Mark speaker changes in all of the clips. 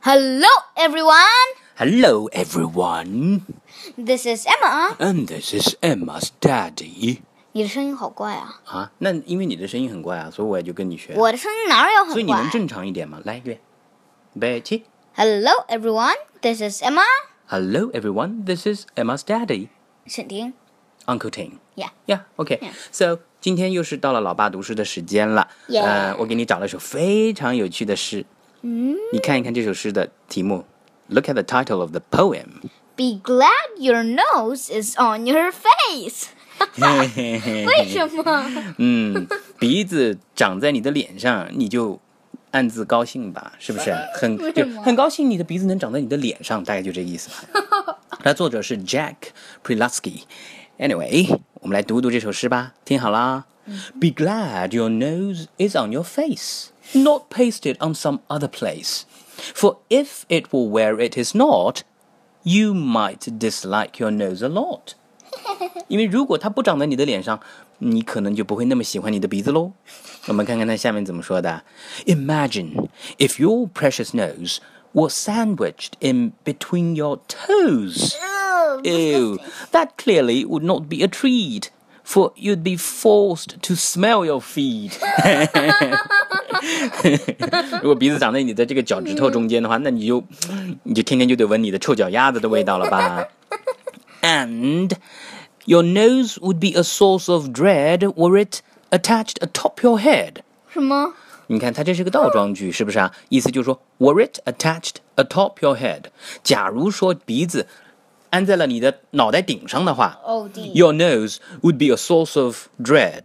Speaker 1: Hello, everyone.
Speaker 2: Hello, everyone.
Speaker 1: This is Emma.
Speaker 2: And this is Emma's daddy.
Speaker 1: 你的声音好怪啊！
Speaker 2: 啊，那因为你的声音很怪啊，所以我也就跟你学。
Speaker 1: 我的声音哪有
Speaker 2: 所以
Speaker 1: 很
Speaker 2: 你能
Speaker 1: 怪
Speaker 2: 正常一点吗？来，乐，备起。
Speaker 1: ？Hello, everyone. This is Emma.
Speaker 2: Hello, everyone. This is Emma's daddy,
Speaker 1: 沈婷
Speaker 2: Uncle Tim.
Speaker 1: Yeah.
Speaker 2: Yeah. OK.
Speaker 1: Yeah.
Speaker 2: So 今天又是到了老爸读诗的时间了。
Speaker 1: Yeah.
Speaker 2: 呃，我给你找了一首非常有趣的诗。嗯。你看一看这首诗的题目。Look at the title of the poem.
Speaker 1: Be glad your nose is on your face. 为什么？
Speaker 2: 嗯，鼻子长在你的脸上，你就暗自高兴吧，是不是？很就很高兴，你的鼻子能长在你的脸上，大概就这意思吧。那作者是 Jack Prelutsky。Anyway，我们来读读这首诗吧，听好啦。Be glad your nose is on your face, not pasted on some other place. For if it were where it is not, you might dislike your nose a lot. 因为如果它不长在你的脸上，你可能就不会那么喜欢你的鼻子喽。我们看看它下面怎么说的：Imagine if your precious nose was sandwiched in between your toes. Ew, that clearly would not be a treat, for you'd be forced to smell your feet. 如果鼻子长在你的这个脚趾头中间的话，那你 就你就天天就得闻你的臭脚丫子的味道了吧 ？And your nose would be a source of dread were it attached atop your head.
Speaker 1: 什么？
Speaker 2: 你看，它这是个倒装句，是不是啊？意思就是说，were it attached atop your head，假如说鼻子安在了你的脑袋顶上的话
Speaker 1: 哦对
Speaker 2: ，your nose would be a source of dread，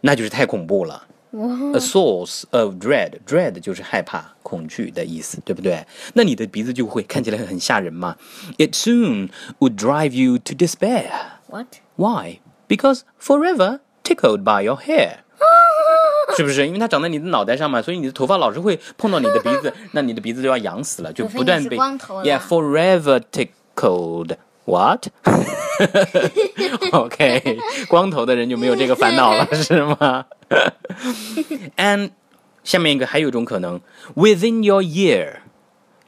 Speaker 2: 那就是太恐怖了。A source of dread，dread 就是害怕、恐惧的意思，对不对？那你的鼻子就会看起来很吓人嘛。It soon would drive you to despair.
Speaker 1: What?
Speaker 2: Why? Because forever tickled by your hair. 是不是？因为它长在你的脑袋上嘛，所以你的头发老是会碰到你的鼻 子，那你的鼻子就要痒死了，就
Speaker 1: 除非
Speaker 2: 不断
Speaker 1: 你是
Speaker 2: 被
Speaker 1: 光头了
Speaker 2: Yeah, forever tickled. What? OK，光头的人就没有这个烦 恼了，是吗？And 下面一个还有一种可能，within your ear,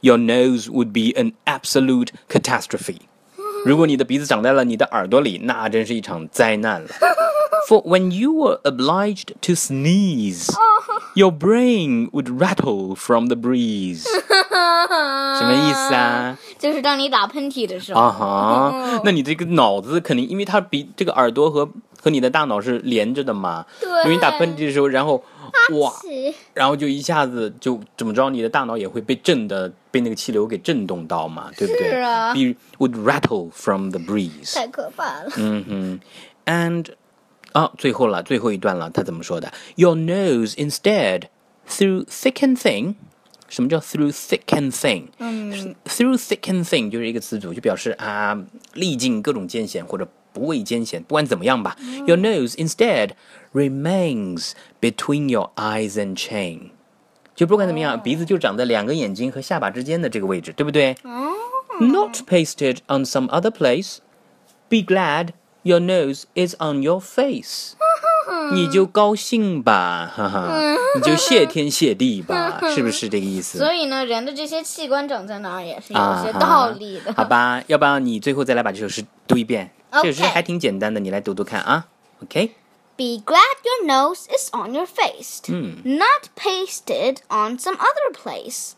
Speaker 2: your nose would be an absolute catastrophe. 如果你的鼻子长在了你的耳朵里，那真是一场灾难了。For when you were obliged to sneeze, your brain would rattle from the breeze. 什么意思啊？
Speaker 1: 就是当你打喷嚏的时候。
Speaker 2: 啊哈，那你这个脑子肯定，因为它鼻这个耳朵和和你的大脑是连着的嘛。因为你打喷嚏的时候，然后哇，
Speaker 1: 是
Speaker 2: 然后就一下子就怎么着，你的大脑也会被震的，被那个气流给震动到嘛，对不对？
Speaker 1: 是啊
Speaker 2: Be- would rattle from the breeze.
Speaker 1: 太可怕了。
Speaker 2: 嗯哼，and 啊，最后了，最后一段了，他怎么说的？Your nose instead through thick and thin。什么叫 through thick and thin？嗯，through thick and thin 就是一个词组，就表示啊，历尽各种艰险或者不畏艰险，不管怎么样吧。Your
Speaker 1: 嗯
Speaker 2: nose instead remains between your eyes and chin。就不管怎么
Speaker 1: 哦
Speaker 2: 样，鼻子就长在两个眼睛和下巴之间的这个位置，对不对？Not
Speaker 1: 哦
Speaker 2: pasted on some other place, Be glad your nose is on your face，你就高兴吧，哈哈，你就谢天谢地吧， 是不是这个意思？
Speaker 1: 嗯所以呢，人的这些器官长在哪儿也是有
Speaker 2: 啊
Speaker 1: 些
Speaker 2: 哈
Speaker 1: 道理的。
Speaker 2: 好吧，要不然你最后再来把这首诗读一遍。这
Speaker 1: OK
Speaker 2: 首诗还挺简单的，你来读读看啊。OK，
Speaker 1: Be glad your nose is on your face, not pasted on some other place.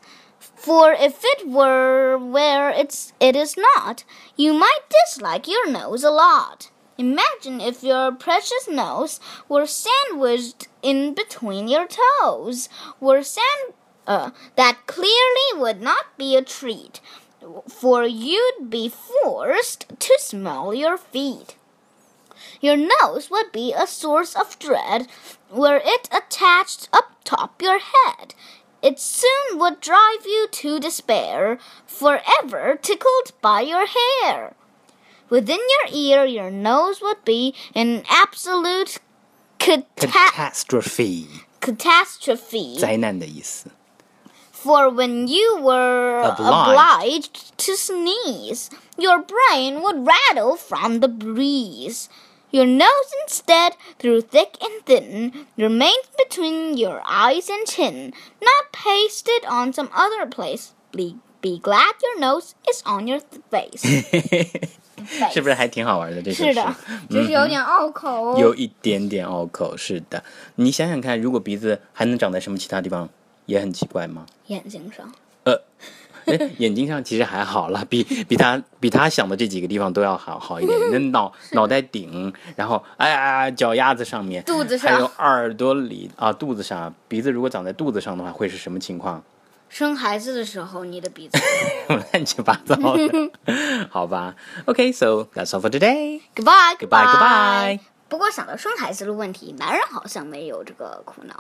Speaker 1: For if it were where it's it is not, you might dislike your nose a lot. Imagine if your precious nose were sandwiched in between your toes, were sand uh, that clearly would not be a treat, for you'd be forced to smell your feet. Your nose would be a source of dread were it attached up top your head. It soon would drive you to despair, forever tickled by your hair. Within your ear, your nose would be an absolute cata-
Speaker 2: catastrophe，
Speaker 1: catastrophe.
Speaker 2: 灾难的意思。
Speaker 1: For when you were
Speaker 2: Obliged.
Speaker 1: obliged to sneeze, your brain would rattle from the breeze. Your nose instead, through thick and thin, remains between your eyes and chin, not pasted on some other place. Be, Be glad your nose is on your face 。
Speaker 2: 是不是还挺好玩的？这个
Speaker 1: 是的，就是有点拗口。
Speaker 2: Mm-hmm. 有一点点拗口，是的。你想想看，如果鼻子还能长在什么其他地方，也很奇 怪吗？
Speaker 1: 眼睛上，
Speaker 2: 呃，哎眼睛上其实还好了，比比他比他想的这几个地方都要好好一点。那脑脑袋顶，然后哎呀脚丫子上面，
Speaker 1: 肚子
Speaker 2: 还有
Speaker 1: 上，
Speaker 2: 耳朵里啊肚子上，鼻子如果长在肚子上的话，会是什么情况？
Speaker 1: 生孩子的时候你的鼻子。
Speaker 2: 乱七八 糟的，好吧？OK，so、that's all for today.
Speaker 1: Goodbye,
Speaker 2: Goodbye, goodbye.
Speaker 1: 不过想到生孩子的问题，男人好像没有这个苦恼。